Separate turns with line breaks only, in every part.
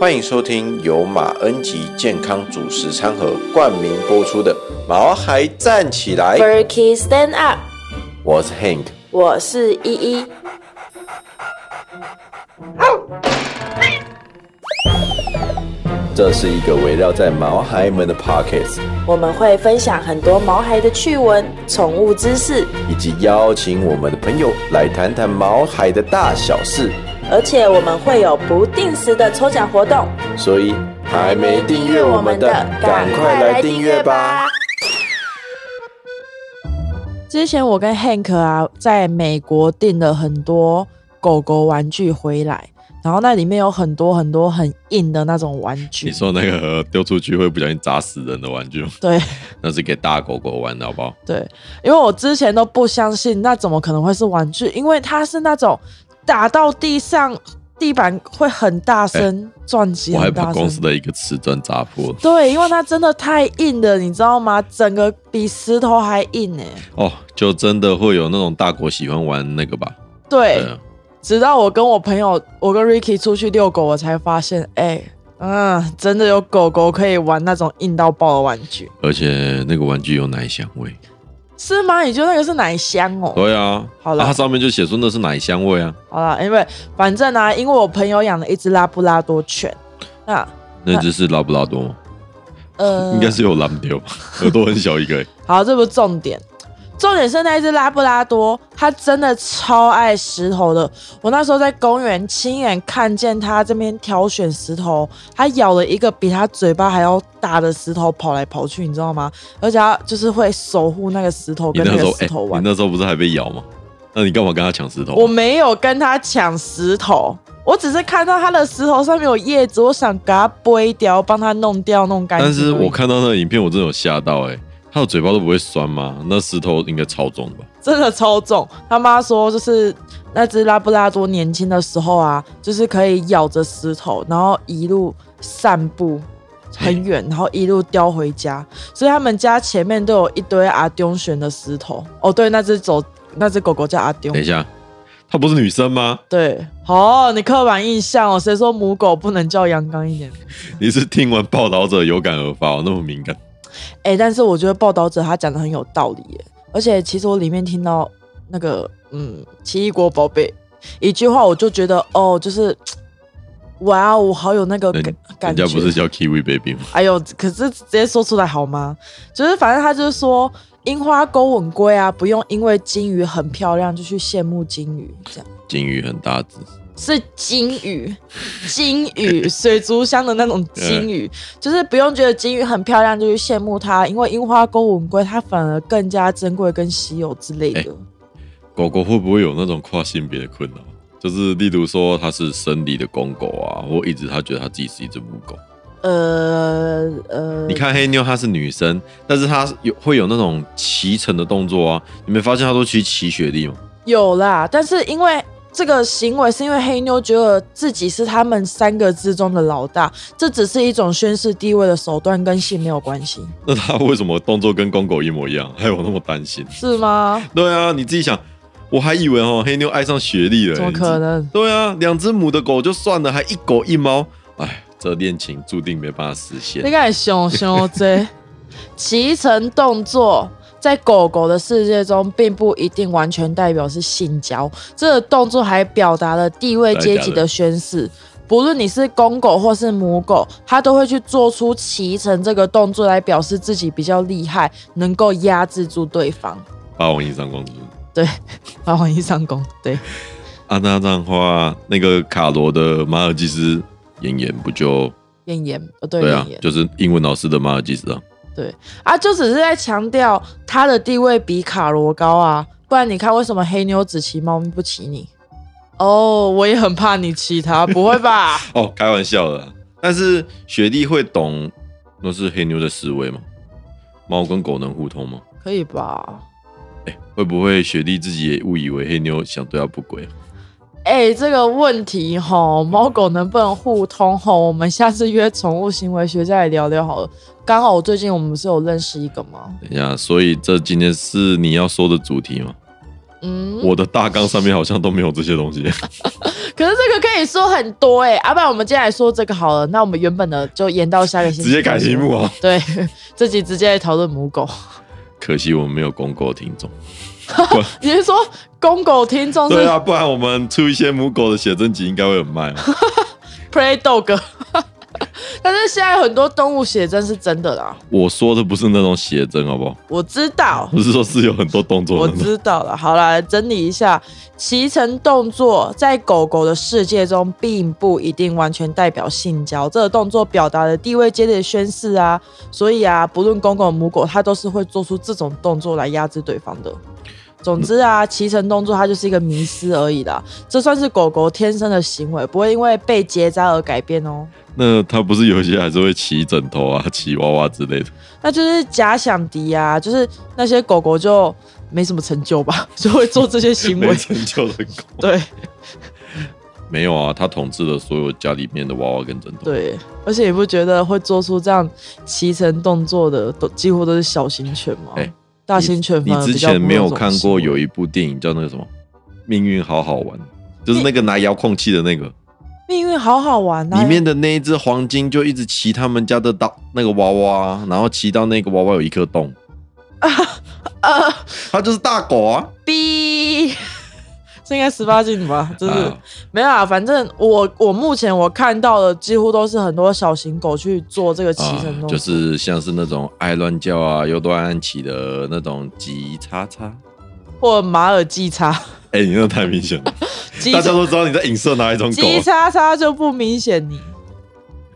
欢迎收听由马恩吉健康主食餐盒冠名播出的《毛孩站起来》，
Berkey Stand Up，
我是 Hank。
我是依依。
这是一个围绕在毛孩们的 Pockets，
我们会分享很多毛孩的趣闻、宠物知识，
以及邀请我们的朋友来谈谈毛孩的大小事。
而且我们会有不定时的抽奖活动。
所以还没订阅我们的，赶快来订阅吧！！
之前我跟 Hank 啊，在美国订了很多狗狗玩具回来，然后那里面有很多很多很硬的那种玩
你
具。
说那个丢出去会不小心砸死人的玩具吗，
对
那是给大狗狗玩的，好不好？
对，因为我之前都不相信，那怎么可能会是玩具？因为它是那种打到地上，地板会很大 声撞击，
哎我还
很
把
大
公司
声。
的一个瓷砖砸破了。
对，因为它真的太硬了，你知道吗？整个比石头还硬哎、
哦，就真的会有那种大狗喜欢玩那个吧？
对
对，啊，
直到我跟我朋友，我跟 Ricky 出去遛狗，我才发现，哎、嗯，真的有狗狗可以玩那种硬到爆的玩具，
而且那个玩具有奶香味。
是吗？你觉得那个是奶香哦、
对啊，
好啦
啊它上面就写说那是奶香味啊。
好啦，因为反正啊，因为我朋友养了一只拉布拉多犬，那
那只是拉布拉多吗？
呃，
应该是有蓝 丢吧，耳朵很小一个、欸。
好，这不是重点，重点是那一只拉布拉多，它真的超爱石头的。我那时候在公园亲眼看见它这边挑选石头，它咬了一个比它嘴巴还要大的石头跑来跑去，你知道吗？而且它就是会守护那个石头
你
跟
那
那哎
时
个
候，
石头
欸
玩。
你那时候不是还被咬吗？那你干嘛跟他抢石头啊？
我没有跟它抢石头。我只是看到它的石头上面有叶子，我想给它剥掉，帮它弄掉、弄干净而
但
已。
是我看到那个影片，我真的有吓到哎、欸，它的嘴巴都不会酸吗？那石头应该超重的吧？
真的超重。他妈说，就是那只拉布拉多年轻的时候啊，就是可以咬着石头，然后一路散步很远，然后一路叼回家。所以他们家前面都有一堆阿丢选的石头。哦，对，那只走那只狗狗叫阿丢
等。一下，她不是女生吗？
对，哦，你刻板印象哦，谁说母狗不能叫阳刚一点？
你是听完报道者有感而发、哦，那么敏感？
哎、但是我觉得报道者他讲的很有道理耶，而且其实我里面听到那个嗯《奇异果宝贝》一句话，我就觉得哦，就是哇哦，好有那个
人
感
人
感觉
家。不是叫 Kiwi Baby 吗？
哎呦，可是直接说出来好吗？就是反正他就是说，樱花勾吻龟啊，不用因为金鱼很漂亮就去羡慕金鱼，这样
金鱼很大只，
是金鱼，金鱼，水族箱的那种 金鱼，
嗯
就是不用觉得金鱼很漂亮就去羡慕它，因为樱花勾吻龟它反而更加珍贵跟稀有之类的。
哎狗狗会不会有那种跨性别的困扰？就是例如说它是生理的公狗啊，或一直它觉得它自己是一只母狗。
呃呃，
你看黑妞她是女生，但是她有会有那种骑乘的动作啊，你没发现她都骑骑雪地吗？
有啦，但是因为。这个行为是因为黑妞觉得自己是他们三个之中的老大，这只是一种宣示地位的手段，跟性没有关系，
那她为什么动作跟公狗一模一样？还有那么担心？
是吗？
对啊，你自己想，我还以为哦，黑妞爱上雪莉了、
怎么
你知
可能？
对啊，两只母的狗就算了，还一狗一猫，哎，这恋情注定没办法实现
你。敢想想这 骑乘动作，在狗狗的世界中，并不一定完全代表是性交。这个动作还表达了地位阶级的宣示。不论你是公狗或是母狗，它都会去做出骑乘这个动作来表示自己比较厉害，能够压制住对 方。
霸王硬上弓是不是
八王一上弓，啊对，
啊，那这样的话，那个卡罗的马尔济斯演演不就
燕燕，哦对，
对
燕
啊
燕，，
就是英文老师的马尔济斯啊。
啊，就只是在强调它的地位比卡罗高啊，不然你看为什么黑妞只骑猫咪不骑你？哦，我也很怕你骑 它，不会吧？
哦，开玩笑的啊。但是雪莉会懂那是黑妞的思维吗？猫跟狗能互通吗？
可以吧？
会不会雪莉自己也误以为黑妞想对她不轨啊？
哎、这个问题吼，猫狗能不能互通吼？我们下次约宠物行为学家来聊聊好了。刚好我最近我们不是有认识一个吗？
等一下，所以这今天是你要说的主题吗？
嗯，
我的大纲上面好像都没有这些东西。
可是这个可以说很多哎、欸，阿、啊、爸，我们接下来说这个好了。那我们原本的就延到下个星
直
期，
接改题目啊！
对， 这集直接来讨论母狗。
可惜我们没有公狗听众。
你是说公狗听众？
对啊，不然我们出一些母狗的写真集应该会很卖、啊。
Play Dog，但是现在很多动物写真是真的啦。
我说的不是那种写真，好不 好？
我知道，
不是说是有很多动作
我
的那种。
知道了。好啦，整理一下，骑乘动作在狗狗的世界中，并不一定完全代表性交。这个动作表达的地位阶级的宣示啊，所以啊，不论公狗母狗，它都是会做出这种动作来压制对方的。总之啊，骑乘动作它就是一个迷失而已啦，这算是狗狗天生的行为，不会因为被结扎而改变哦。
那他不是有些还是会骑枕头啊、 骑娃娃之类的？
那就是假想敌啊，就是那些狗狗就没什么成就吧， 就会做这些行为
没。成就的狗。
对
没有啊，他统治了所有家里面的娃娃跟枕头。
对，而且你不觉得会做出这样骑乘动作的，都几乎都是小型犬吗？
哎
大型犬
你
反而
之
比较不
前
会
没有
这种
看
行
过
为
有一部电影叫那个什么《命运好好玩》，就是那个拿遥控器的那个，
命运好好玩啊，
里面的那一只黄金就一直骑他们家的到那个娃娃，然后骑到那个娃娃有一颗 洞，
啊呃
它就是大狗啊。
B，这应该十八禁吧？就是、
啊
没有啊，反正我我目前我看到的几乎都是很多小型狗去做这个骑乘动
啊，
作，
就是像是那种爱乱叫啊、又乱按起的那种吉叉叉。
或马尔 济叉，
哎、你那太明显了，
鸡
大家都知道你在影射哪一种狗
鸡
啊。
叉叉就不明显你。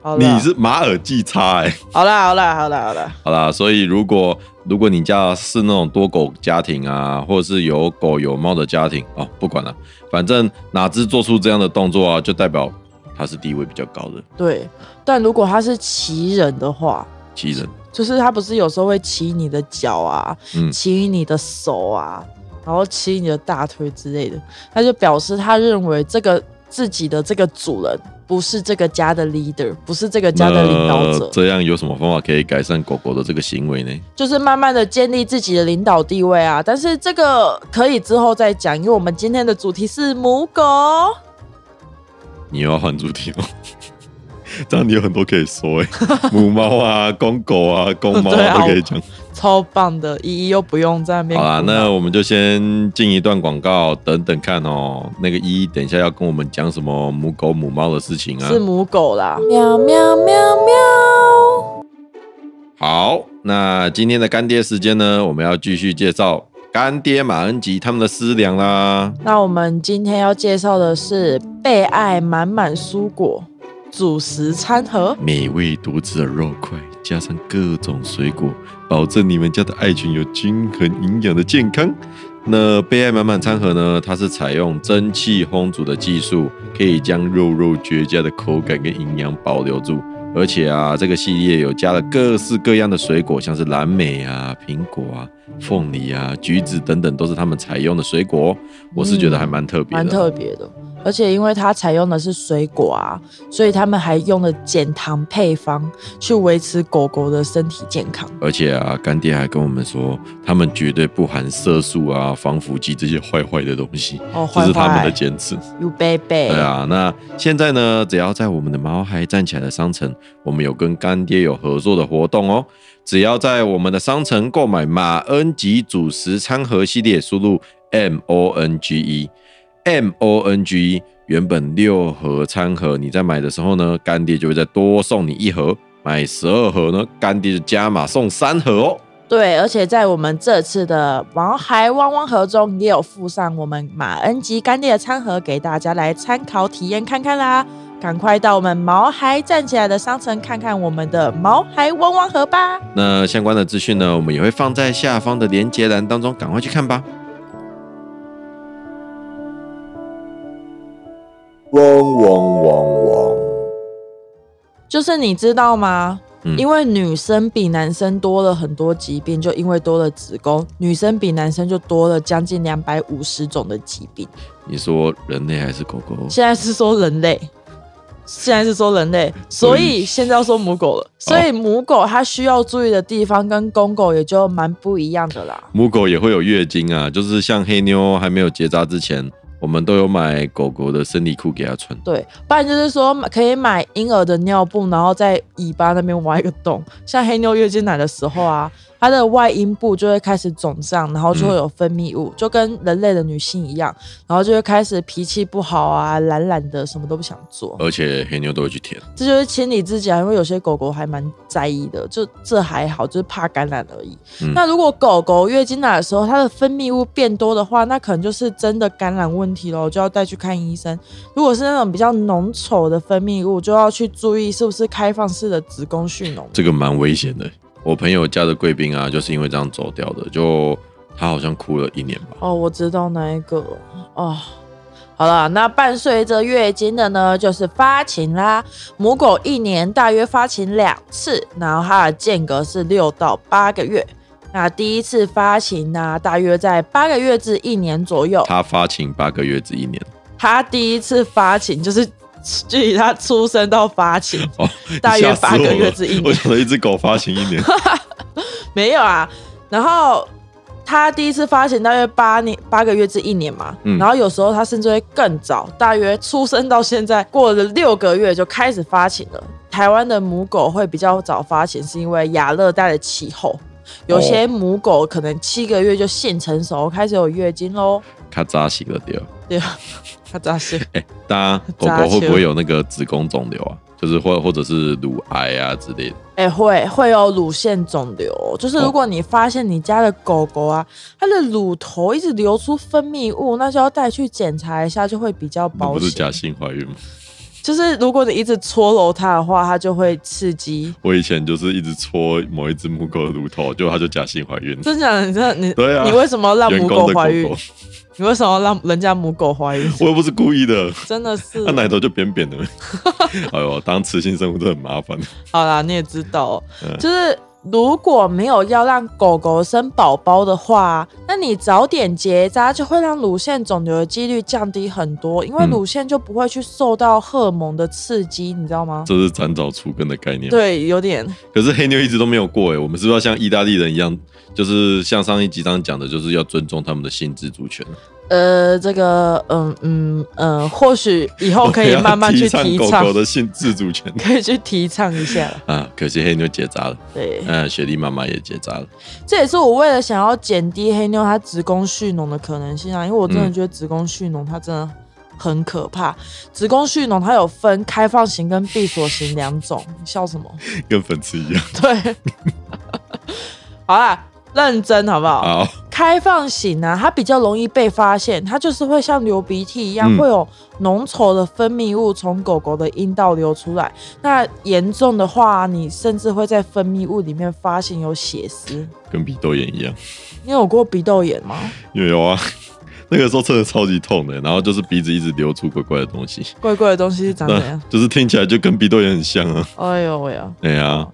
好啦
你是马尔济叉哎、
好啦好啦好啦好啦，
好啦，所以如果如果你家是那种多狗家庭啊，或者是有狗有猫的家庭哦，不管了，反正哪只做出这样的动作啊，就代表它是地位比较高的
对。但如果它是骑人的话，
骑人。
就是它不是有时候会骑你的脚啊，
嗯，
骑你的手啊，然后骑你的大腿之类的，他就表示他认为这个自己的这个主人不是这个家的 leader，不是这个家的领导者
那，呃这样有什么方法可以改善狗狗的这个行为呢？
就是慢慢的建立自己的领导地位啊。但是这个可以之后再讲，因为我们今天的主题是母狗。
你又要换主题哦。 这样你有很多可以说哎、母猫啊、公狗啊、公 猫
对啊
啊都可以讲。
超棒的，依依又不用在那边
好啦，
哭
那我们就先进一段广告，等等看哦。那个一等一下要跟我们讲什么母狗母猫的事情啊
是？母狗啦。
喵喵喵喵。
好，那今天的干爹时间呢，我们要继续介绍干爹马恩吉他们的私粮啦。
那我们今天要介绍的是被爱满满蔬果主食餐盒。
美味多汁的肉块，加上各种水果，保证你们家的爱犬有均衡营养的健康。那被爱满满餐盒呢？它是采用蒸汽烘煮的技术，可以将肉肉绝佳的口感跟营养保留住。而且啊，这个系列有加了各式各样的水果，像是蓝莓啊、苹果啊、凤梨啊、橘子等等，都是他们采用的水果哦。我是觉得还蛮特别的，
蛮特别的。而且因为它采用的是水果啊，所以他们还用了减糖配方去维持狗狗的身体健康。
而且啊，干爹还跟我们说，他们绝对不含色素啊、防腐剂这些坏坏的东西，
哦，
这
坏
是他们的
坏
坚持。
，You baby，
对啊，那现在呢，只要在我们的毛孩站起来的商城，我们有跟干爹有合作的活动哦。只要在我们的商城购买马恩吉主食餐盒系列，输入 M O N G E M O N G E，原本六盒餐盒，你在买的时候呢，干爹就会再多送你一盒。买十二盒呢，干爹就加码送三盒哦。
对，而且在我们这次的毛孩汪汪盒中，也有附上我们马恩吉干爹的餐盒给大家来参考体验看看啦。赶快到我们毛孩站起来的商城看看我们的毛孩汪汪盒吧。
那相关的资讯呢，我们也会放在下方的连接栏当中，赶快去看吧。
嗡嗡嗡嗡。
就是你知道吗？
嗯
因为女生比男生多了很多疾病，就因为多了子宫，女生比男生就多了将近两百五十种的疾病。
你说人类还是狗狗？
现在是说人类，现在是说人类，所以现在要说母狗了。所以母狗它需要注意的地方跟公狗也就蛮不一样的啦。
母狗也会有月经啊，就是像黑妞还没有结扎之前，我们都有买狗狗的生理裤给它穿。
对，不然就是说可以买婴儿的尿布，然后在尾巴那边挖一个洞。像黑妞月经来的时候啊，它的外阴部就会开始肿胀，然后就会有分泌物，就跟人类的女性一样，然后就会开始脾气不好啊，懒懒的，什么都不想做。
而且黑妞都会去舔，
这就是清理自己啊，因为有些狗狗还蛮在意的，就这还好，就是怕感染而已。
嗯
那如果狗狗月经来的时候，它的分泌物变多的话，那可能就是真的感染问题咯，就要带去看医生。如果是那种比较浓稠的分泌物，就要去注意是不是开放式的子宫蓄脓。
这个蛮危险的。我朋友家的贵宾啊，就是因为这样走掉的，就他好像哭了一年吧。
哦，我知道哪一个了哦。好了，那伴随着月经的呢，就是发情啦。母狗一年大约发情两次，然后它的间隔是六到八个月。那第一次发情呢、大约在八个月至一年左右。
他发情八个月至一年，
它第一次发情就是距离它出生到发情，
哦
大约
吓死
八
我
个月
了
至一年
我。想到一只狗发情 一年，
没有啊。然后他第一次发情大约八年八个月至一年嘛，
嗯
然后有时候他甚至会更早，大约出生到现在过了六个月就开始发情了。台湾的母狗会比较早发情，是因为亚热带的气候。有些母狗可能七个月就性成熟，开始有月经喽。
他扎醒了掉。
对啊，它扎心。
大家狗
扎
狗会
球
不会有那个子宫肿瘤啊？就是或或者是乳癌啊之类的。
哎、会会有乳腺肿瘤，就是
哦
如果你发现你家的狗狗啊，它的乳头一直流出分泌物，那就要带去检查一下，就会比较
那
保
不是
险
假。性怀孕吗？
就是如果你一直搓揉它的话，它就会刺激。
我以前就是一直搓某一只母狗的乳头，就它就假性怀孕。
真假的？你真的你、
对啊
你为什么要让
员
母
工
狗
的
怀孕？
狗狗，
你为什么要让人家母狗怀孕？
我又不是故意 的，
真的是 啊
它奶头就扁扁的。哎呦，当雌性生物真的很麻 烦。
好啦，你也知道哦、
嗯
就是如果没有要让狗狗生宝宝的话，那你早点结扎就会让乳腺肿瘤的几率降低很多，因为
嗯
乳腺就不会去受到荷尔蒙的刺激，你知道吗？
这是斩草除根的概念。
对，有点
可是黑妞一直都没有过哎，我们是不是要像意大利人一样，就是像上一集这样讲的，就是要尊重他们的性自主权？啊
呃，这个嗯嗯嗯，或许以后可以
我要
慢慢去提
狗
倡，
狗的性自主权
可以去提倡一下啦。
啊。可惜黑妞结扎了，
对，
嗯，雪莉妈妈也结扎了。
这也是我为了想要减低黑妞它子宫蓄脓的可能性啊，因为我真的觉得子宫蓄脓它真的很可怕。子宫蓄脓它有分开放型跟闭锁型两种，你笑什么？
跟粉刺一样。
对， 好啦，认真好不好？
好，
开放型啊，它比较容易被发现，它就是会像流鼻涕一样，
嗯
会有浓稠的分泌物从狗狗的阴道流出来。那严重的话、你甚至会在分泌物里面发现有血丝。
跟鼻窦炎一样，
你有过鼻窦炎吗？
有有啊。那个时候真的超级痛的，然后就是鼻子一直流出怪怪的东西，
怪怪的东西是长怎
那
样？
就是听起来就跟鼻窦炎很像啊。
哎呦喂啊！
对啊，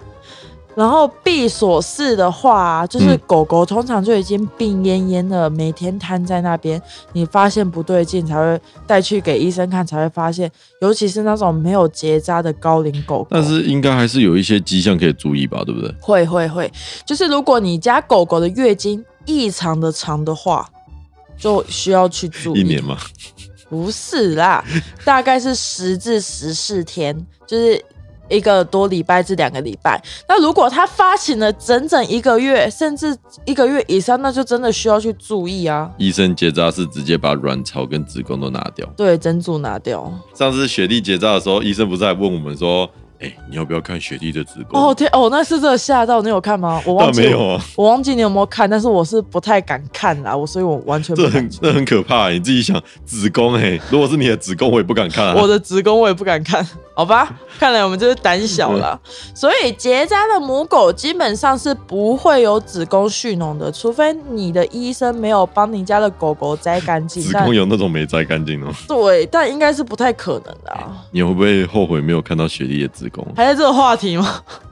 然后闭锁式的话、就是
嗯
狗狗通常就已经病恹恹的，每天瘫在那边，你发现不对劲才会带去给医生看，才会发现，尤其是那种没有结扎的高龄狗狗。
但是应该还是有一些迹象可以注意吧，对不对？
会会会，就是如果你家狗狗的月经异常的长的话，就需要去注意。
一年嘛，
不是 啦，大概是十至十四天，就是一个多礼拜至两个礼拜。那如果它发情了整整一个月，甚至一个月以上，那就真的需要去注意啊。
医生结扎是直接把卵巢跟子宫都拿掉。
对，整组拿掉。
上次雪莉结扎的时候，医生不是还问我们说：“哎、你要不要看雪莉的子宫？”
哦，天，哦，那是真的吓到你有看吗？我忘
但
记
没有啊，
我忘记你有没有看，但是我是不太敢看啦，我所以我完全不
这
敢
很这很可怕、欸你自己想，子宫哎、如果是你的子宫，我也不敢看、啊。
我的子宫我也不敢看，好吧？看来我们就是胆小啦。所以结扎的母狗基本上是不会有子宫蓄脓的，除非你的医生没有帮你家的狗狗摘干净。
子
但
宫有那种没摘干净哦。
对，但应该是不太可能的、啊。
你会不会后悔没有看到雪莉的子宫？啊
还在这个话题吗？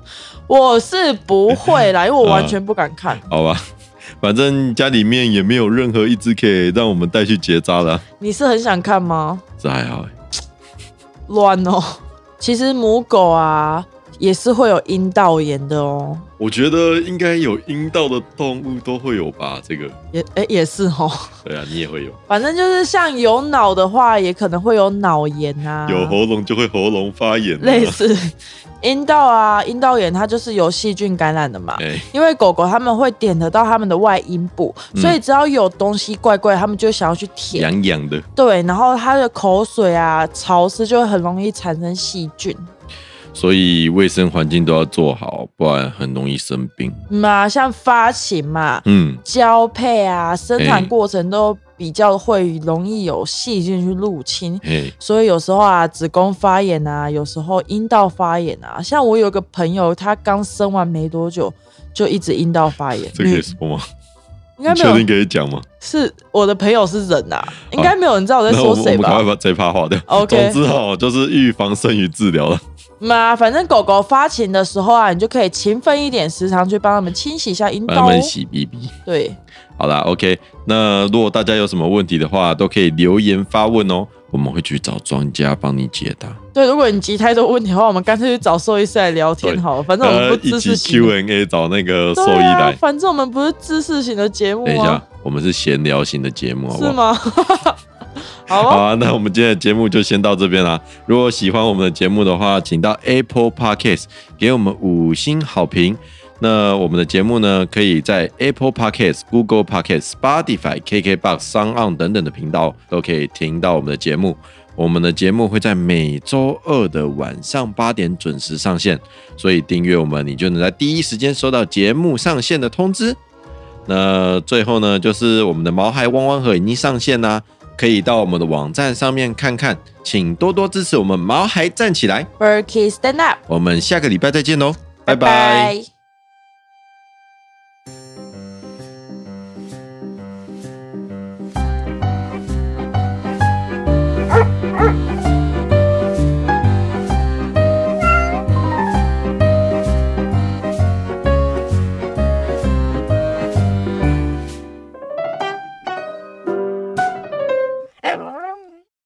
我是不会啦，因为我
嗯
完全不敢看。
好吧，反正家里面也没有任何一只可以让我们带去结扎的啊、
你是很想看吗？
这还好欸。
乱哦，其实母狗啊也是会有阴道炎的哦，
我觉得应该有阴道的动物都会有吧，这个
也哎、也是哦。
对啊，你也会有，
反正就是像有脑的话，也可能会有脑炎啊，
有喉咙就会喉咙发炎、啊，
类似 阴道啊，阴道炎它就是由细菌感染的嘛。
哎、
因为狗狗它们会点得到它们的外阴部，
嗯
所以只要有东西怪怪，它们就想要去舔。
痒痒的。
对，然后它的口水啊潮湿就会很容易产生细菌。
所以卫生环境都要做好，不然很容易生病。
嗯啊，像发情嘛、
嗯，
交配啊，生
哎
产过程都比较会容易有细菌去入侵。
嘿，
所以有时候啊，子宫发炎啊，有时候阴道发炎啊。像我有个朋友，她刚生完没多久就一直阴道发炎，
这个可
女
以说吗？
应该
你
没
确定
有
可以讲吗？
是我的朋友是人啊，应该没有人知道我在
那我
说
们我
谁
们赶快
吧？
把这一趴划掉。
OK
总之哦，就是预防胜于治疗了。
嘛、反正狗狗发情的时候啊，你就可以勤奋一点，时常去帮它们清洗一下阴
慢
道哦
慢。洗鼻鼻。
对，
好啦，OK。那如果大家有什么问题的话，都可以留言发问哦，我们会去找专家帮你解答。
对，如果你急太多问题的话，我们干脆去找兽医师来聊天
对
好了。反正我们
呃
不
以
知
及
识型的，
Q&A 找那个兽
对
医
啊
来。，
反正我们不是知识型的节目
等一
啊
下，，我们是闲聊型的节目，好不
是
好？
吗？ 好
好
啊，
啊，那我们今天的节目就先到这边啦。如果喜欢我们的节目的话，请到 Apple Podcast 给我们五星好评。那我们的节目呢，可以在 Apple Podcast、Google Podcast、Spotify、KKBox、s o n On 等等的频道都可以听到我们的节目。我们的节目会在每周二的晚上八点准时上线，所以订阅我们，你就能在第一时间收到节目上线的通知。那最后呢，就是我们的毛孩汪汪盒已经上线啦、可以到我们的网站上面看看，请多多支持我们毛孩站起来。
Berkey stand up。
我们下个礼拜再见喽，拜拜
拜拜